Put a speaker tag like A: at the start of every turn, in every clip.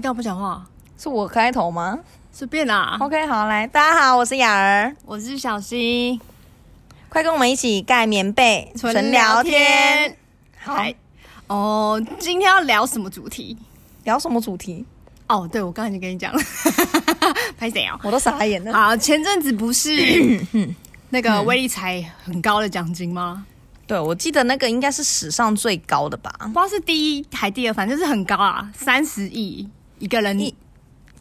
A: 干嘛不讲话？
B: 是我开头吗
A: 随便啦、
B: ？OK，好，来，大家好，我是雅儿，
A: 我是小溪，
B: 快跟我们一起盖棉被，纯聊天。。好，
A: 嗨，哦，今天要聊什么主题？
B: 聊什么主题？
A: 哦，对，我刚才已经跟你讲了， 拍谁哦？
B: 我都傻眼了。
A: 好，前阵子不 是那个
B: 嗯
A: 威力才很高的奖金吗？
B: 对，我记得那个应该是史上最高的吧？
A: 不知道是第一还第二，反正就是很高啊，三十亿一个人
B: 一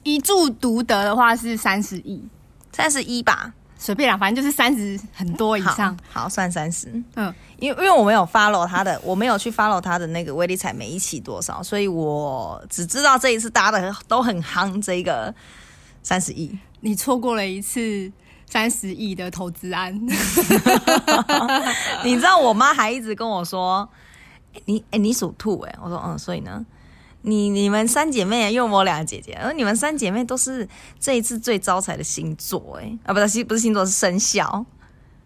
A: 一注独得的话是三十亿，
B: 三十一吧？
A: 随便啦，反正就是三十很多以上。
B: 好，好算三十。
A: 嗯，
B: 因为因为我没有 follow 他的，我没有去 follow 他的那个威力彩每一期多少，所以我只知道这一次大家的都很夯这个三十亿。
A: 你错过了一次三十亿的投资 案，
B: 你知道我妈还一直跟我说：“欸你哎、欸你属兔哎、欸我说：“嗯，所以呢，你你们三姐妹，啊因为我有两个姐姐，然后你们三姐妹都是这一次最招财的星座哎、欸啊，不是星不是星座是生肖。”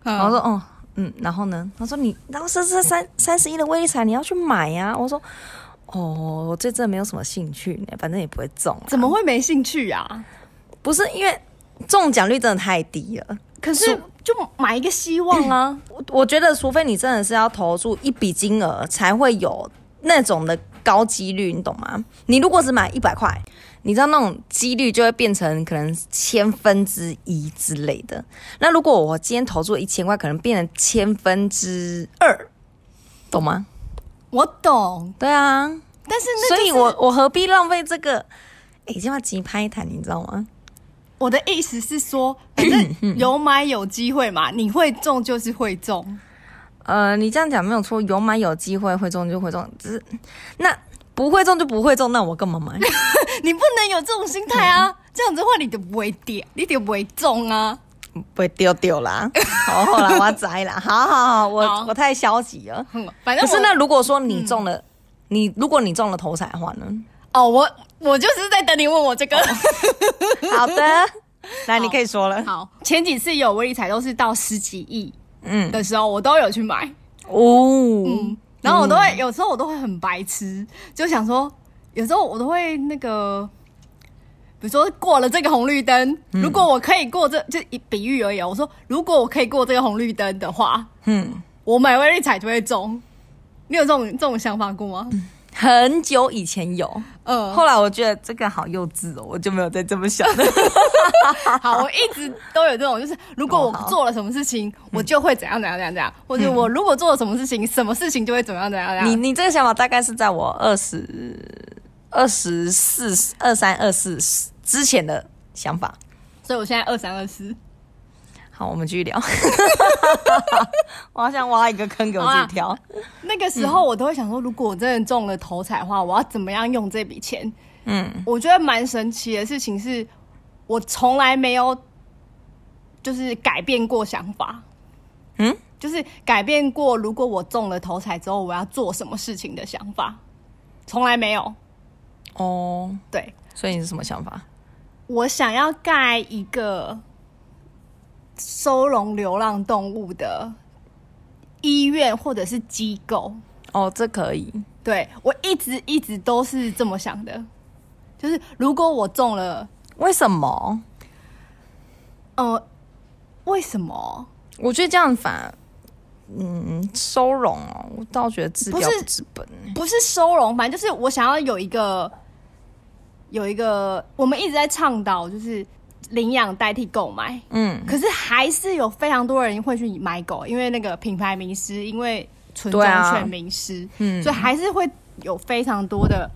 B: 然
A: 嗯
B: 后我说：“哦，嗯，然后呢？”她说：“你，然后这是三三十一的威力彩，你要去买呀、我说：“哦，我对这没有什么兴趣呢，反正也不会中啊、
A: 怎么会没兴趣啊？
B: 不是因为中奖率真的太低了。”
A: 可是就买一个希望啊，
B: 我我觉得，除非你真的是要投注一笔金额，才会有那种的高几率，你懂吗？你如果只买一百块，你知道那种几率就会变成可能千分之一之类的。那如果我今天投注一千块，可能变成千分之二，懂吗？
A: 嗯我懂，
B: 对啊，
A: 但是那、
B: 所以我我何必浪费这个？哎、这要急拍谈，你知道吗？
A: 我的意思是 说，反正有买有机会嘛，你会中就是会中。
B: 呃，你这样讲没有错，有买有机会，会中就会中，只是那不会中就不会中，那我干嘛买？
A: 你不能有这种心态啊！这样子的话，你就不会跌，你就不会中啊！
B: 不会丢丢啦。 好，后来我要摘啦。好好好，我
A: 好
B: 我太消极了。
A: 哼，嗯反正
B: 可
A: 我嗯
B: 是那如果说你中了，你如果你中了头彩的 话呢？
A: 哦，我我就是在等你问我这个。
B: 好的，来你可以说了。
A: 好，前几次有威力彩都是到十几亿
B: 嗯，
A: 的时候，我都有去买，
B: 哦，
A: 嗯，然后我都会、有时候我都会很白痴，就想说，有时候我都会那个。比如说过了这个红绿灯，
B: 嗯
A: 如果我可以过这，就以比喻而已哦。我说，如果我可以过这个红绿灯的话，
B: 嗯，
A: 我买威力彩就会中。你有这种这种想法过吗？
B: 嗯很久以前有，
A: 嗯，
B: 后来我觉得这个好幼稚哦，我就没有再这么想 了。
A: 好，我一直都有这种，就是如果
B: 哦
A: 我
B: 好嗯
A: 做了什么事情，我就会怎样怎样怎样怎样，或者我如果做了什么事情，什么事情就会怎样怎样怎
B: 你
A: 样。
B: 你这个想法大概是在我二十二十四、二三、二四之前的想法。
A: 所以我现在二三二四，
B: 好，我们继 续聊。我好想挖一个坑给我自己跳。
A: 那个时
B: 嗯
A: 候我都会想说，如果我真的中了头彩的话，我要怎么样用这笔钱？
B: 嗯，
A: 我觉得蛮神奇的事情是，我从来没有就是改变过想法，
B: 嗯，
A: 就是改变过如果我中了头彩之后我要做什么事情的想法，从来没有。
B: 哦，
A: 对，
B: 所以你是什么想法？
A: 我想要盖一个收容流浪动物的医院或者是机构。
B: 哦，这可以。
A: 对我一直一直都是这么想的，就是如果我中了，
B: 为什么？
A: 呃，为什么？
B: 我觉得这样反，嗯，收容哦，我倒觉得治标
A: 不是
B: 不治本。
A: 不是收容，反正就是我想要有一个有一个，我们一直在倡导就是领养代替购买，
B: 嗯，
A: 可是还是有非常多人会去买狗，因为那个品牌名师，因为纯种
B: 对啊
A: 犬名师，
B: 嗯
A: 所以还是会有非常多的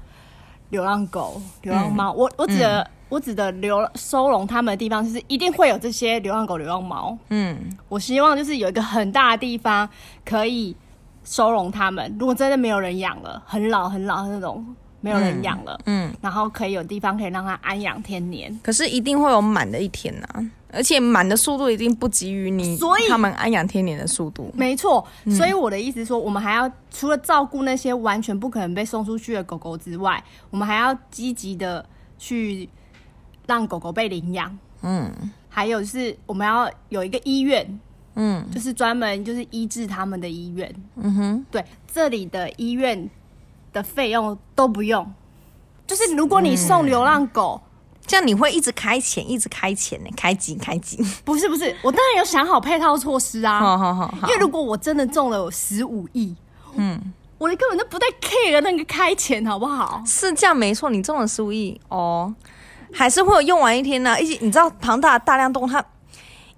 A: 流浪狗、流浪
B: 嗯
A: 猫。我我指的、我指的流收容他们的地方，就是一定会有这些流浪狗、流浪猫。
B: 嗯，
A: 我希望就是有一个很大的地方可以收容他们。如果真的没有人养了，很老很老的那种没有人养了，
B: 嗯，
A: 然后可以有地方可以让它安养天年。
B: 可是一定会有满的一天呐、而且满的速度一定不及于你
A: 所以
B: 他们安养天年的速度。
A: 没错，
B: 嗯
A: 所以我的意思是说，我们还要除了照顾那些完全不可能被送出去的狗狗之外，我们还要积极的去让狗狗被领养。
B: 嗯
A: 还有就是，我们要有一个医院，
B: 嗯
A: 就是专门就是医治他们的医院。
B: 嗯哼，
A: 对，这里的医院的费用都不用，就是如果
B: 嗯
A: 你送流浪狗，
B: 这样你会一直开钱，一直开钱呢，开几开 几。
A: 不是不是，我当然有想好配套措施啊。
B: 哦好好好好
A: 因为如果我真的中了十五亿，嗯，我根本就不在 care 那个开钱，好不好？
B: 是这样没错，你中了十五亿哦，还是会有用完一天呢、而且你知道庞大的大量动物，它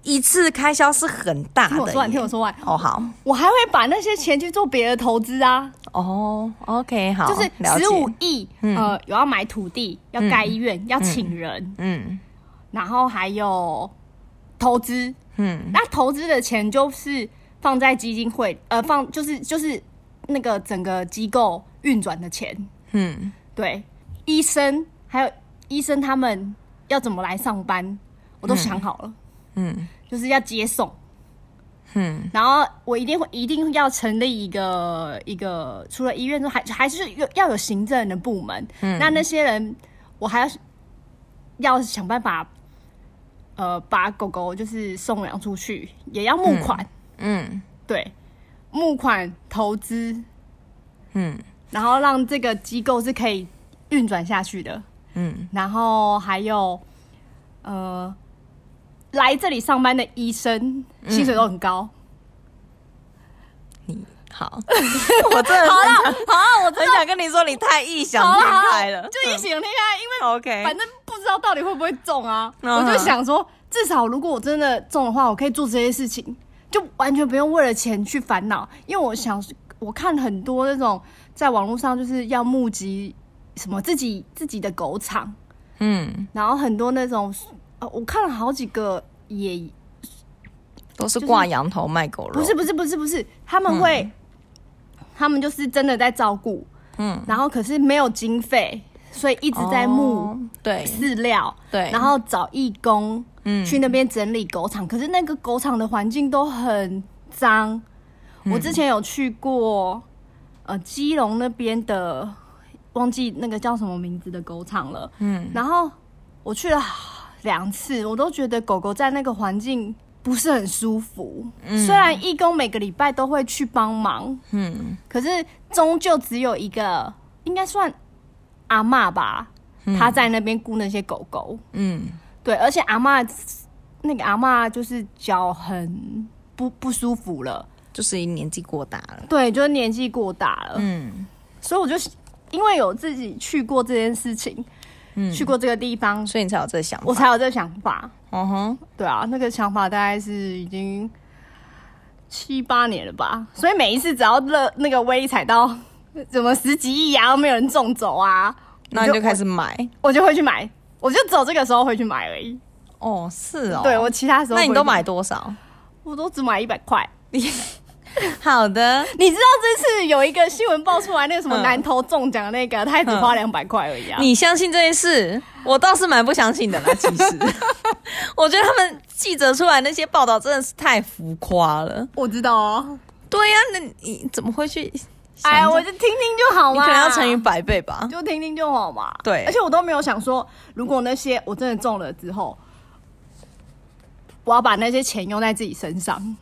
B: 一次开销是很大
A: 听
B: 的耶。
A: 我说完，听我说完，
B: 哦，好
A: 我还会把那些钱去做别的投资啊。
B: 哦，OK，好，
A: 就是
B: 了解嗯
A: 十五，亿，呃，有要买土地，要盖医院，要请人，
B: 嗯
A: 然后还有投资。
B: 嗯
A: 那投资的钱就是放在基金会，呃，放就是就是那个整个机构运转的钱。
B: 嗯，
A: 对，医生还有医生他们要怎么来上班，我都想好了，
B: 嗯
A: 就是要接送。
B: 嗯，
A: 然后我一定会一定要成立一个一个，除了医院之外，还还是有要有行政的部门。
B: 嗯
A: 那那些人，我还要要想办法，呃，把狗狗就是送养出去，也要募款，
B: 嗯
A: 对，募款投资，
B: 嗯
A: 然后让这个机构是可以运转下去的。
B: 嗯
A: 然后还有，呃，来这里上班的医生薪水都很
B: 嗯
A: 高。
B: 你好， 我真 的好了好了，我很想跟你说，你太异想
A: 好
B: 天
A: 了好
B: 开
A: 了
B: 了，，
A: 就一起恋爱，因为
B: OK，
A: 反正不知道到底会不会中啊。
B: 嗯
A: 我就想说，至少如果我真的中的话，我可以做这些事情，就完全不用为了钱去烦恼。因为我想，我看很多那种在网络上就是要募集什么自己自己的狗场，
B: 嗯，
A: 然后很多那种呃，我看了好几个也
B: 都是挂羊头卖狗肉，
A: 不是不是不是不是，他们会，他们就是真的在照顾，
B: 嗯
A: 嗯，然后可是没有经费，所以一直在募。
B: 哦， 对
A: 饲料，
B: 对，嗯
A: 然后找义工，去那边整理狗场。可是那个狗场的环境都很脏，
B: 嗯
A: 我之前有去过，呃，基隆那边的，忘记那个叫什么名字的狗场了，
B: 嗯
A: 嗯，然后我去了两次，我都觉得狗狗在那个环境。不是很舒服，虽然义工每个礼拜都会去帮忙，
B: 嗯
A: 可是终究只有一个，应该算阿嬷吧，她在那边雇那些狗狗。
B: 嗯
A: 对，而且阿嬷那个阿嬷就是脚很不不舒服了，
B: 就是年纪过大了，
A: 对，就是年纪过大了，
B: 嗯，
A: 所以我就因为有自己去过这件事情，
B: 嗯
A: 去过这个地方，
B: 所以你才有这个想法，
A: 我才有这个想法。
B: 嗯哼，
A: 对啊，那个想法大概是已经七八年了吧，所以每一次只要乐那个威踩到怎么十几亿啊，没有人中走啊，
B: 那你就开始买
A: 我就会去买，我就走这个时候会去买而已。
B: 哦，是哦，
A: 对我其他时候
B: 那你都
A: 不会
B: 买，多少？
A: 我都只买一百块。
B: 好的，
A: 你知道这次有一个新闻爆出来，那个什么
B: 嗯
A: 南投中奖那个，他也只花两百块而已啊。
B: 你相信这件事，我倒是蛮不相信的啦。 其实，我觉得他们记者出来那些报道真的是太浮夸了。
A: 我知道哦，
B: 对呀、那你怎么会去想这？
A: 哎，我就听听就好
B: 你
A: 嘛，
B: 可能要乘以百倍吧。
A: 就听听就好嘛。
B: 对
A: 而且我都没有想说，如果那些我真的中了之后，我要把那些钱用在自己身上。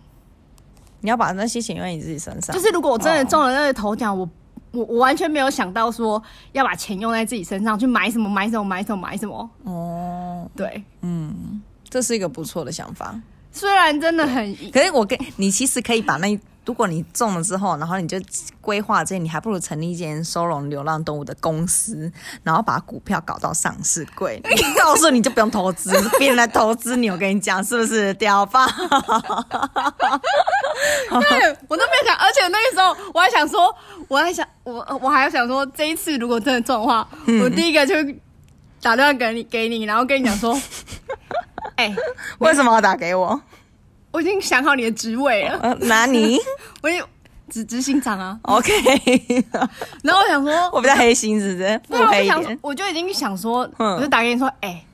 B: 你要把那些钱用在你自己身上，
A: 就是如果我
B: 哦
A: 真的中了那个头奖，我我我完全没有想到说要把钱用在自己身上去买什么买什么买什么买什么。
B: 哦，
A: 对，
B: 这是一个不错的想法。
A: 虽然真的很
B: 可是我跟你其实可以把那，如果你中了之后，然后你就规划这些，你还不如成立一间收容流浪动物的公司，然后把股票搞到上市 柜。你告诉你就不用投资，是别人来投资你，我跟你讲是不是屌 吧？
A: 对，我都没有想，而且那个时候我还想说，我还想我我还要想说，这一次如果真的中的话，
B: 嗯
A: 我第一个就打电话给你给你，然后跟你讲 说，哎、
B: 为什么要打给我？
A: 我已经想好你的职位了，
B: 呃，拿你
A: 我已经执执行长啊。
B: OK，
A: 然后我想说，
B: 我比较黑心是不是？
A: 对啊
B: 腹
A: 我
B: 黑
A: 就
B: 一
A: 想说
B: 点，，
A: 我就已经想说，
B: 嗯
A: 我就打给你说，哎、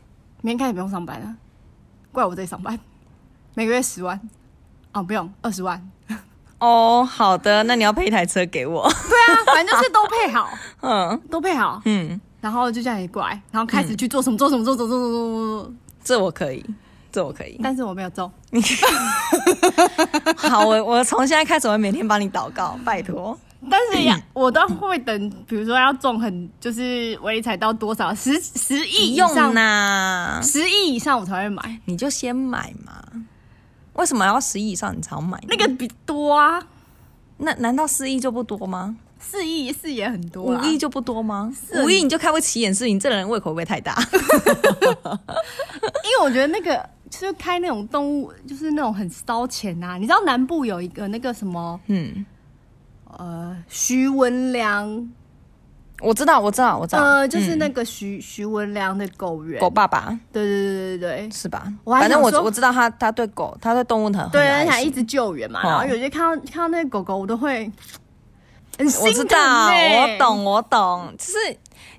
A: 明天开始不用上班了，怪我这里上班，每个月十万，哦，不用二十 万，
B: 哦，好的，那你要配一台车给我。
A: 对啊，反正就是都配好，
B: 嗯
A: 都配好，
B: 嗯，
A: 然后就叫你过来，然后开始去做什么做什么做什么做什么做什么做什么，
B: 这我可以，这我可以。
A: 但是我没有中，
B: 好，我我从现在开始，我会每天帮你祷告，拜托。
A: 但是呀，我都会等，比如说要中很就是微理财到多少十十亿以
B: 用
A: 上，
B: 呐、
A: 十亿以上我才会买，
B: 你就先买嘛。为什么要十亿以上你才要买呢？
A: 那个比多啊，
B: 那难道四亿就不多吗？
A: 四亿四也很多
B: 五
A: 啦。
B: 亿就不多吗？
A: 啊
B: 五亿你就开不起眼视，你这人胃口会不会太 大？
A: 因为我觉得那个就是开那种动物，就是那种很烧钱呐、你知道南部有一个那个什么
B: 嗯，
A: 呃徐文良，
B: 我知道，我知道，我知道。
A: 呃，就是那个徐、徐文良的狗园，
B: 嗯狗爸爸
A: 对对对对对。
B: 是吧？
A: 我还
B: 反正
A: 想
B: 我
A: 说
B: 我知道他他对狗，他对动物很
A: 对，
B: 很
A: 而
B: 有爱
A: 且还
B: 心
A: 一直救援嘛，
B: 哦
A: 然后有些看到看到那个狗狗，我都会很心疼、
B: 我
A: 欸、
B: 知道，我。懂，我懂。就是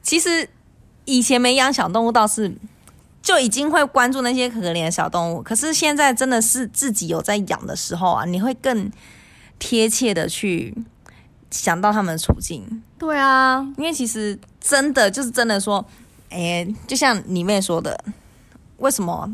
B: 其实以前没养小动物倒是就已经会关注那些可怜的小动物，可是现在真的是自己有在养的时候啊，你会更贴切的去想到他们的处境，
A: 对啊，
B: 因为其实真的就是真的说，哎、就像你妹说的，为什么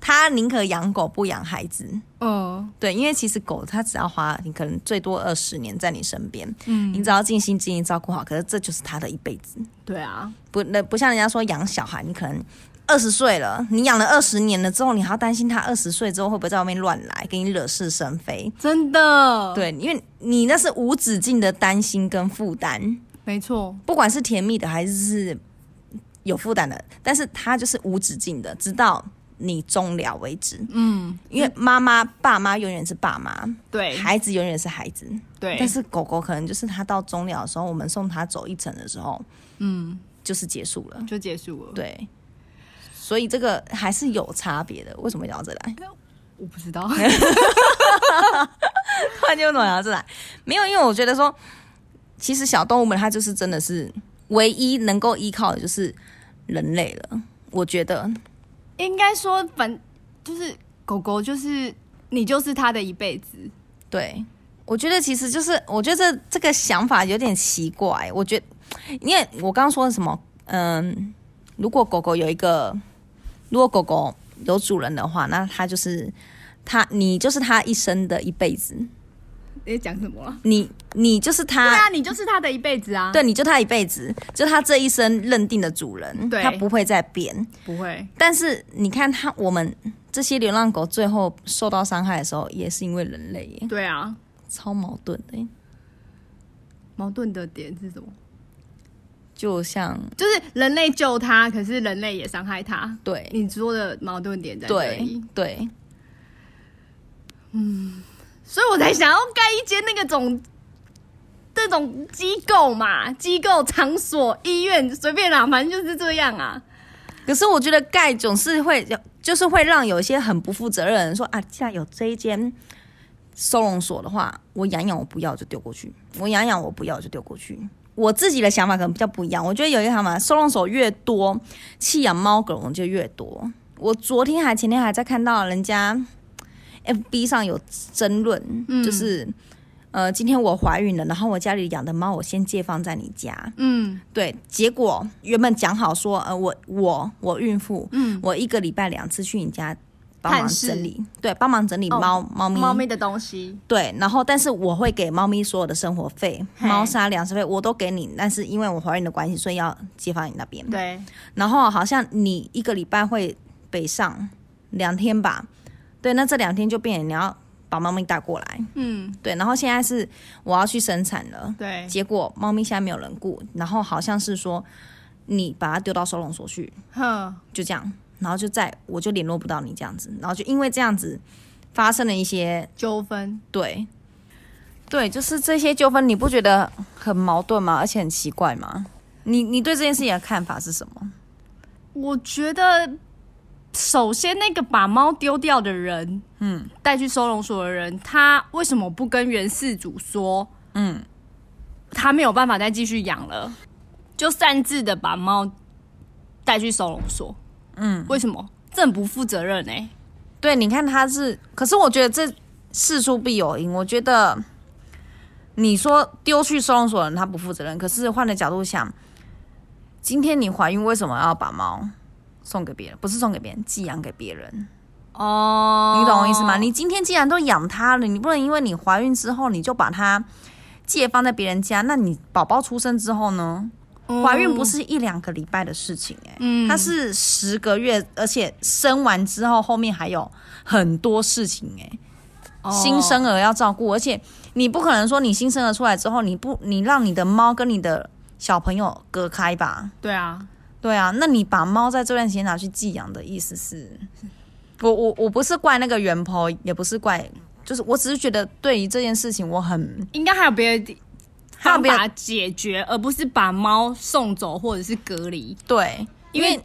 B: 她宁可养狗不养孩子？
A: 嗯，
B: 对，因为其实狗它只要花你可能最多二十年在你身边，嗯，你只要尽心尽力照顾好，可是这就是它的一辈子。
A: 对啊，
B: 不，那不像人家说养小孩，你可能二十岁了，你养了二十年了之后，你还要担心它二十岁之后会不会在外面乱来，给你惹是生非。
A: 真的，，
B: 对，因为你那是无止境的担心跟负担，
A: 没错，
B: 不管是甜蜜的还是有负担的，但是它就是无止境的，直到你终了为止。
A: 嗯，
B: 因为妈妈、爸妈永远是爸妈，
A: 对，
B: 孩子永远是孩子。
A: 对
B: 但，是狗狗可能就是它到终了的时候，我们送它走一程的时候，
A: 嗯，
B: 就是结束了。
A: 就结束了。
B: 对，所以这个还是有差别的。为什么聊到这 来？
A: 我不知道，
B: 突然就聊到这来，没有，因为我觉得说，其实小动物们它就是真的是唯一能够依靠的就是人类了。我觉得
A: 应该说，反就是狗狗，就是你，就是它的一辈子。
B: 对，我觉得其实就是，我觉得这这个想法有点奇怪。我觉得，因为我刚刚说的什么，嗯，如果狗狗有一个，如果狗狗有主人的话，那它就是它，你就是它一生的一辈子，
A: 你在讲什么啊？
B: 你你就是
A: 对
B: 它。
A: 啊，你就是它的一辈子啊。
B: 对，，你就它一辈子，就它这一生认定的主人，
A: 对
B: 它不会再变。
A: 不会，
B: 但是你看它，我们这些流浪狗最后受到伤害的时候，也是因为人类耶，
A: 对啊。
B: 超矛盾的耶。
A: 矛盾的点是什么？
B: 就像
A: 就是人类救它，可是人类也伤害它。
B: 对，
A: 你说的矛盾点在这
B: 对
A: 里，
B: 对，
A: 所以我才想要盖一间那个种这种机构嘛，机构、场所、医院，随便啦，反正就是这样啊。
B: 可是我觉得盖总是会有，就是会让有一些很不负责任的人说啊，既然有这一间收容所的话，我养养我不要就丢过去，我养养我不要就丢过去。我自己的想法可能比较不一样，我觉得有一个想法，收容所越多，弃养猫狗笼就越多。我昨天还前天还在看到人家 FB 上有争论，就是呃，今天我怀孕了，然后我家里养的猫我先借放在你家，
A: 嗯，
B: 对，结果原本讲好说，呃，我我我孕妇，嗯，我一个礼拜两次去你家帮忙
A: 探视
B: 整理，对，帮忙整理
A: 哦
B: 猫、猫咪，
A: 猫咪的东西，
B: 对，然后但是我会给猫咪所有的生活费、
A: 嘿
B: 猫砂、粮食费，我都给你，但是因为我怀孕的关系，所以要寄放你那边。
A: 对，
B: 然后好像你一个礼拜会北上两天吧，对，那这两天就变成你要把猫咪带过来，
A: 嗯，
B: 对，然后现在是我要去生产了，
A: 对，
B: 结果猫咪现在没有人顾，然后好像是说你把它丢到收容所去，
A: 哼，
B: 就这样，然后就在我就联络不到你这样子，然后就因为这样子发生了一些
A: 纠纷，
B: 对对，就是这些纠纷，你不觉得很矛盾吗？而且很奇怪吗？你你对这件事情的看法是什么？
A: 我觉得首先那个把猫丢掉的人，嗯，带去收容所的人，他为什么不跟原事主说，
B: 嗯，
A: 他没有办法再继续养了，就擅自的把猫带去收容所？嗯，为什么？这很不负责任哎、
B: 对，你看他是，可是我觉得这事出必有因。我觉得你说丢去收容所的人他不负责任，可是换个角度想，今天你怀孕为什么要把猫送给别人？不是送给别人，寄养给别人，
A: 哦
B: 哦你懂我意思吗？你今天既然都养它了，你不能因为你怀孕之后你就把它借放在别人家，那你宝宝出生之后呢？
A: 嗯
B: 怀
A: 哦
B: 孕不是一两个礼拜的事情、欸，哎、它是十个月，而且生完之后后面还有很多事情、欸，哎、
A: 哦
B: 新生儿要照顾，而且你不可能说你新生儿出来之后，你不你让你的猫跟你的小朋友隔开吧？
A: 对啊，
B: 对啊，那你把猫在这段时间拿去寄养的意思是， 我我我不是怪那个原婆，也不是怪，就是我只是觉得对于这件事情我很
A: 应该还有别的地
B: 还有
A: 方
B: 别的
A: 法解决，而不是把猫送走或者是隔离，
B: 对，
A: 因为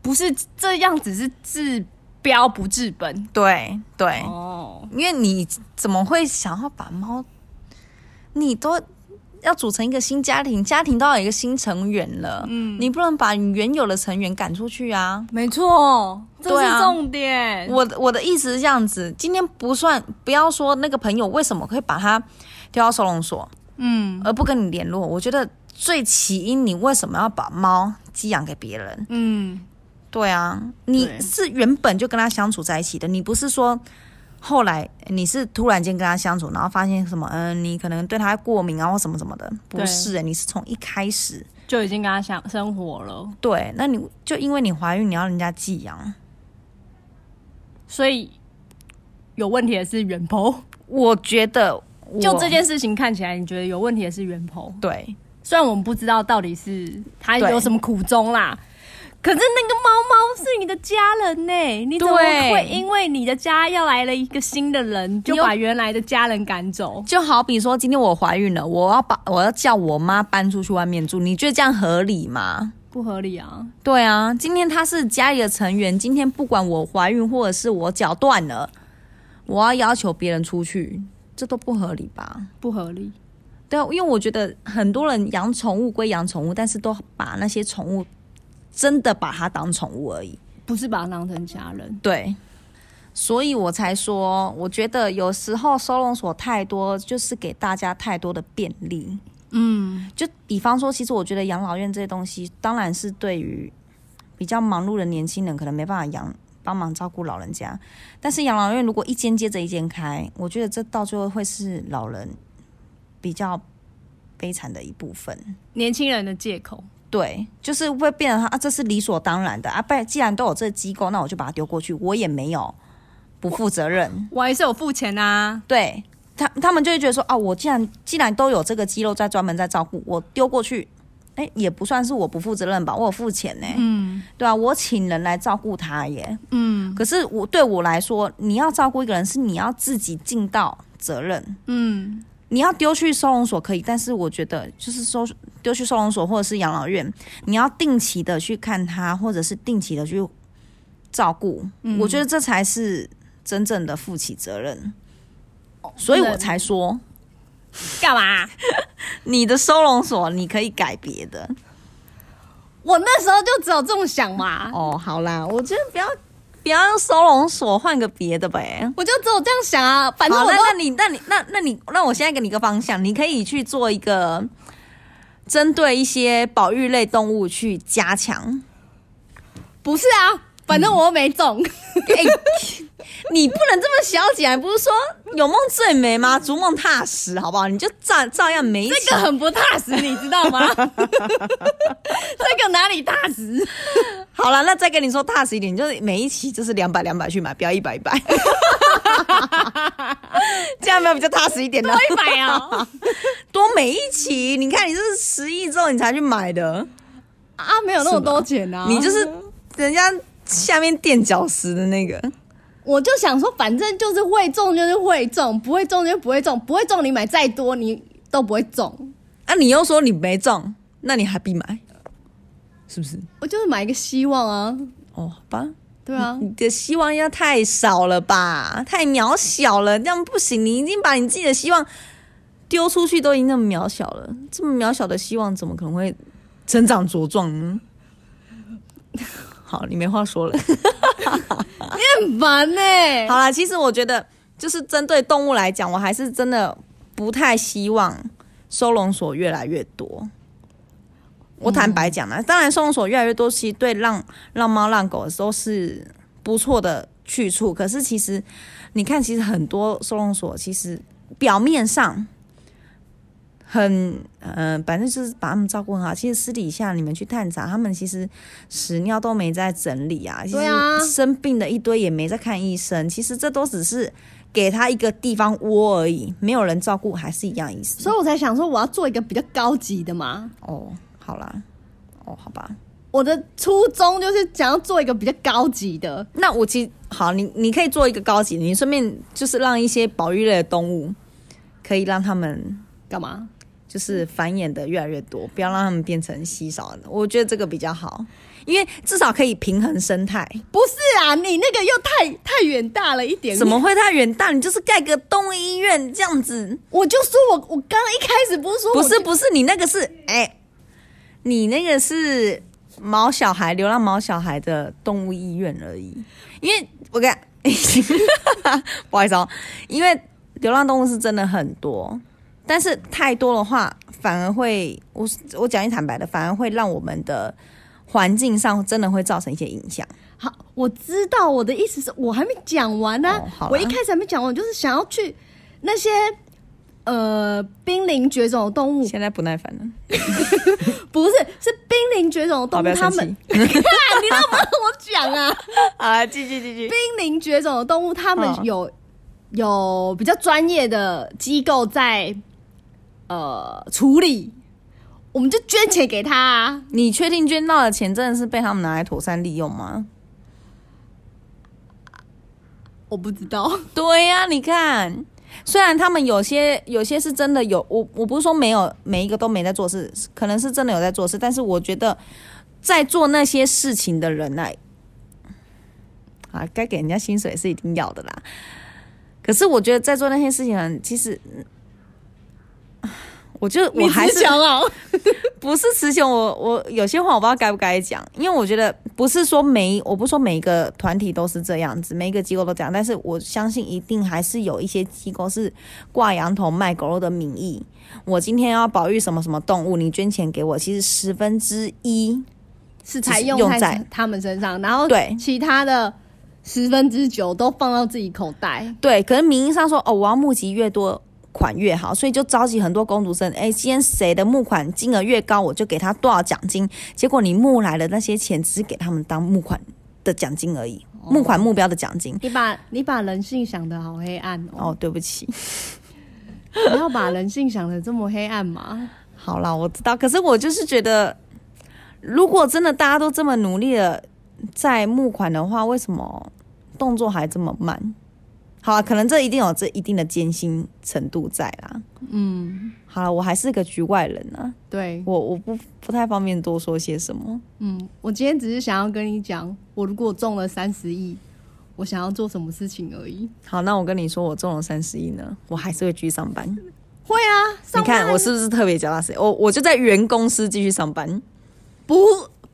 A: 不是这样子是治标不治本
B: 对对，
A: 哦。
B: 因为你怎么会想要把猫？你都要组成一个新家庭，家庭都要有一个新成员了，嗯，你不能把你原有的成员赶出去啊。
A: 没错，这
B: 对
A: 是
B: 啊
A: 重点。
B: 我的我的意思是这样子，今天不算，不要说那个朋友为什么会把他丢到收容所，
A: 嗯
B: 而不跟你联络。我觉得最起因你为什么要把猫寄养给别人？
A: 嗯，
B: 对啊，你
A: 对
B: 是原本就跟他相处在一起的，你不是说后来你是突然间跟他相处，然后发现什么，嗯、你可能对他过敏啊或什么什么的，不
A: 对
B: 是、你是从一开始，
A: 就已经跟他想生活了，
B: 对，那你就因为你怀孕，你要人家寄养，
A: 所以有问题的是袁鹏。
B: 我觉得我
A: 就这，件事情看起来，你觉得有问题的是袁鹏。
B: 对
A: 虽然我们不知道到底是他有
B: 对
A: 什么苦衷啦，可是那个猫猫是你的家人呢、你怎么
B: 对
A: 会因为你的家要来了一个新的人，就
B: 你又
A: 把原来的家人赶走？
B: 就好比说今天我怀孕了，我要把我要叫我妈搬出去外面住，你觉得这样合理吗？
A: 不合理啊！
B: 对啊，今天他是家里的成员，今天不管我怀孕或者是我脚断了，我要要求别人出去，这都不合理吧？
A: 不合理，
B: 对啊，因为我觉得很多人养宠物归养宠物，但是都把那些宠物真的把它当宠物而已。
A: 不是把他当成家人。
B: 对，所以我才说，我觉得有时候收容所太多，就是给大家太多的便利。嗯，就比方说，其实我觉得养老院这些东西，当然是对于比较忙碌的年轻人，可能没办法养。帮忙照顾老人家，但是养老院如果一间接着一间开，我觉得这到最后会是老人比较悲惨的一部分。
A: 年轻人的借口，
B: 对，就是会变成他啊，这是理所当然的啊。不然既然都有这个机构，那我就把它丢过去，我也没有不负责任。
A: 我还是有付钱啊。
B: 对他，他们就会觉得说啊，我既然既然都有这个肌肉在专门在照顾，我丢过去，哎，也不算是我不负责任吧，我有付钱呢、
A: 嗯
B: 对啊，我请人来照顾他耶。
A: 嗯
B: 可是我对我来说，你要照顾一个人，是你要自己尽到责任。
A: 嗯，
B: 你要丢去收容所可以，但是我觉得就是收丢去收容所或者是养老院，你要定期的去看他，或者是定期的去照顾。
A: 嗯
B: 我觉得这才是真正的负起责任，
A: 哦
B: 所以我才说
A: 干嘛、
B: 你的收容所你可以改别的。
A: 我那时候就只有这种想嘛，
B: 哦，好啦，我觉得不要不要用收容所，换个别的呗。
A: 我就只有这样想啊。反正
B: 好，
A: 我
B: 那
A: 都
B: 那你那你那那你那我现在给你一个方向，你可以去做一个针对一些保育类动物去加强。
A: 不是啊，反正我又没中。
B: 哎、你不能这么小姐，还不是说有梦最美吗？逐梦踏实，好不好？你就照照样没
A: 这个很不踏实，你知道 吗？这个哪里踏实？
B: 好了，那再跟你说踏实一点，就是每一期就是两百两百去买，不要一百一百， 这样有没有比较踏实一点呢？
A: 一百啊！
B: 多每一期，你看你是十亿之后你才去买的。
A: 啊，没有那么多钱啊！
B: 你就是人家下面垫脚石的那个。
A: 我就想说，反正就是会中就是会中，不会中就不会中，不会中你买再多你都不会中。
B: 啊，你又说你没中，那你还必买，是不是？
A: 我就是买一个希望啊，
B: 哦，好吧，
A: 对 啊，
B: 你的希望要太少了吧，太渺小了，这样不行。你已经把你自己的希望丢出去，都已经那么渺小了，这么渺小的希望，怎么可能会成长茁壮呢？好，你没话说了。
A: 很烦呢、
B: 好啦，其实我觉得，就是针对动物来讲，我还是真的不太希望收容所越来越多。我坦白讲啦，当然收容所越来越多，其实对让让猫让狗都是不错的去处。可是其实你看，其实很多收容所其实表面上很呃，反正就是把他们照顾很好。其实私底下你们去探查，他们其实屎尿都没在整理啊，其
A: 对啊
B: 实生病的一堆也没在看医生。其实这都只是给他一个地方窝而已，没有人照顾还是一样意思。
A: 所以我才想说我要做一个比较高级的嘛。
B: 哦，好啦，哦，好吧。
A: 我的初衷就是想要做一个比较高级的，
B: 那我其实好，你你可以做一个高级，你顺便就是让一些保育类的动物，可以让他们
A: 干嘛？
B: 就是繁衍的越来越多，不要让他们变成稀少的。我觉得这个比较好，因为至少可以平衡生态。
A: 不是啊，你那个又太太远大了一点。
B: 怎么会太远大？你就是盖个动物医院这样子，
A: 我就说我我刚一开始不是说我
B: 不是
A: 就
B: 不是，你那个是哎、你那个是毛小孩流浪毛小孩的动物医院而已。因为我跟你讲 不好意思哦，因为流浪动物是真的很多，但是太多的话反而会我我讲句坦白的，反而会让我们的环境上真的会造成一些影响。
A: 好，我知道我的意思是我还没讲完呢、
B: 哦好啦
A: 我一开始还没讲完，我就是想要去那些呃濒临绝种的动物，
B: 现在不耐烦了，
A: 不是是濒临绝种的动
B: 好不
A: 物，
B: 要
A: 他
B: 生
A: 们 啊
B: 气
A: 你让不让我讲啊？
B: 啊！继续继续
A: 濒，临绝种的动物，他们
B: 嗯
A: 有、有比较专业的机构在呃处理，我们就捐钱给他啊。
B: 你确定捐到的钱真的是被他们拿来妥善利用吗？
A: 我不知 道，
B: 对呀、你看，虽然他们有些有些是真的有，我我不是说没有每一个都没在做事，可能是真的有在做事，但是我觉得在做那些事情的人呢、啊，该给人家薪水是一定要的啦。可是我觉得在做那些事情的人，其实，嗯我就我还
A: 你只
B: 是
A: 想 啊，
B: 不是雌雄，我我有些话我不知道该不该讲，因为我觉得不是说每我不是说每一个团体都是这样子，每一个机构都这样，但是我相信一定还是有一些机构是挂羊头卖狗肉的名义，我今天要保育什么什么动物，你捐钱给我，其实十分之一
A: 是才
B: 只是
A: 用
B: 用
A: 在
B: 在
A: 他们身上，然后
B: 对
A: 其他的十分之九都放到自己口袋。
B: 对，可是名义上说哦，我要募集越多款越好，所以就召集很多公读生。哎，今天谁的募款金额越高，我就给他多少奖金。结果你募来的那些钱，只是给他们当募款的奖金而已，
A: 嗯
B: 募款目标的奖金。
A: 哦你把你把人性想的好黑暗哦，
B: 哦，对不起，
A: 不要把人性想的这么黑暗嘛。
B: 好啦，我知道。可是我就是觉得，如果真的大家都这么努力了在募款的话，为什么动作还这么慢？好啊，可能这一定有这一定的艰辛程度在啦。
A: 嗯，
B: 好了，我还是个局外人啊。
A: 对，
B: 我我不不太方便多说些什么。
A: 嗯，我今天只是想要跟你讲，我如果中了三十亿，我想要做什么事情而已。
B: 好，那我跟你说，我中了三十亿呢，我还是会继续上班。
A: 会啊，上
B: 你看
A: 班
B: 我是不是特别脚踏实地？我我就在原公司继续上班。
A: 不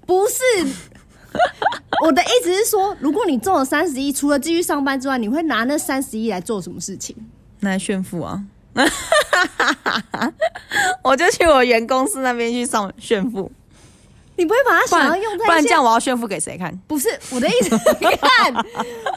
A: 不是。 我的意思是说，如果你中了三十亿，除了继续上班之外，你会拿那三十亿来做什么事情？
B: 那炫富啊！ 我就去我原公司那边去上炫富，
A: 你不会把它
B: 不
A: 想要
B: 然
A: 用在
B: 不然
A: 一些
B: 这样我要炫富给谁看？
A: 不是我的意思， 你看，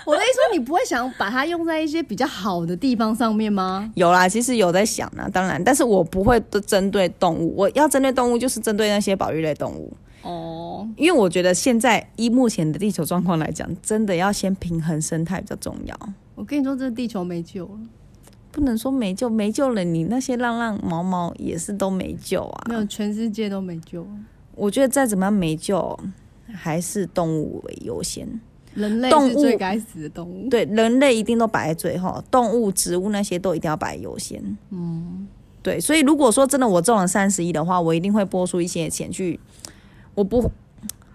A: 我的意思说你不会想把它用在一些比较好的地方上面吗？
B: 有啦，其实有在想啦，当然，但是我不会都针对动物，我要针对动物就是针对那些保育类动物。
A: 哦，
B: 因为我觉得现在依目前的地球状况来讲，真的要先平衡生态比较重要。
A: 我跟你说，这地球没救了，
B: 不能说没救，没救了你那些浪浪毛毛也是都没救
A: 没
B: 啊。
A: 有，全世界都没救了，
B: 我觉得再怎么样没救，还是动物为优先。
A: 人类
B: 动
A: 是
B: 物
A: 最该死的动物。
B: 对，人类一定都摆在最后，动物、植物那些都一定要摆优先。嗯，对，所以如果说真的我中了三十亿的话，我一定会拨出一些钱去，我不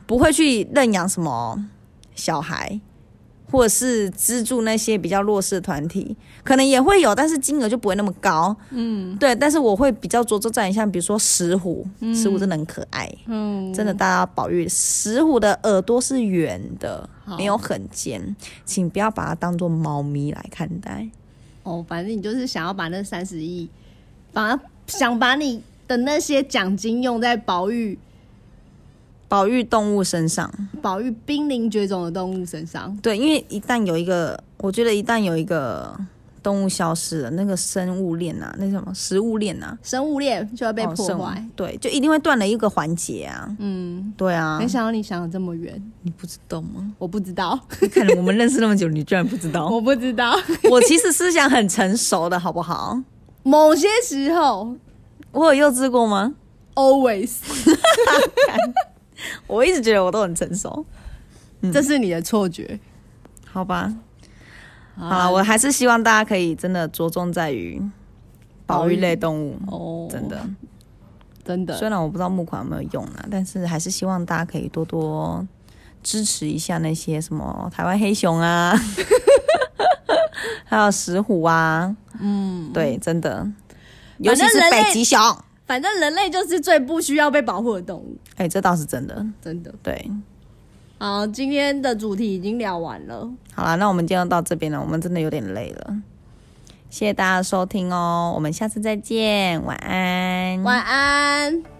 B: 不会去认养什么小孩，或者是资助那些比较弱势的团体，可能也会有，但是金额就不会那么高。嗯，对，但是我会比较着重在像比如说石虎，石虎真的很可爱，
A: 嗯，
B: 真的大家保育石虎的耳朵是圆的
A: 好，
B: 没有很尖，请不要把它当做猫咪来看待。
A: 哦，反正你就是想要把那三十亿，把想把你的那些奖金用在保育
B: 保育动物身上，
A: 保育濒临绝种的动物身上。
B: 对，因为一旦有一个，我觉得一旦有一个动物消失了，那个生物链啊，那什么食物链啊，
A: 生物链就会被
B: 哦
A: 破
B: 生物
A: 坏。
B: 对，就一定会断了一个环节啊。
A: 嗯，
B: 对啊
A: 没，想到你想的这么远，
B: 你不知道 吗？
A: 我不知道，
B: 看了我们认识那么久，你居然不知 道？
A: 我不知道。
B: 我其实思想很成熟的，好不好？
A: 某些时候
B: 我有幼稚过吗？
A: ，always，、
B: 我一直觉得我都很成熟，嗯
A: 这是你的错觉。
B: 好吧？好啦，我还是希望大家可以真的着重在于保育类动物，
A: 哦
B: 真的。
A: 真的，
B: 虽然我不知道募款有没有用啦，但是还是希望大家可以多多支持一下那些什么台湾黑熊啊，还有石虎啊，嗯，对，真的，尤其是
A: 人类
B: 北极熊，
A: 反正人类就是最不需要被保护的动物，
B: 哎、这倒是真的，
A: 真的。
B: 对。
A: 好，今天的主题已经聊完了，
B: 好啦，那我们今天就到这边了，我们真的有点累了，谢谢大家的收听哦，我们下次再见，晚安，
A: 晚安。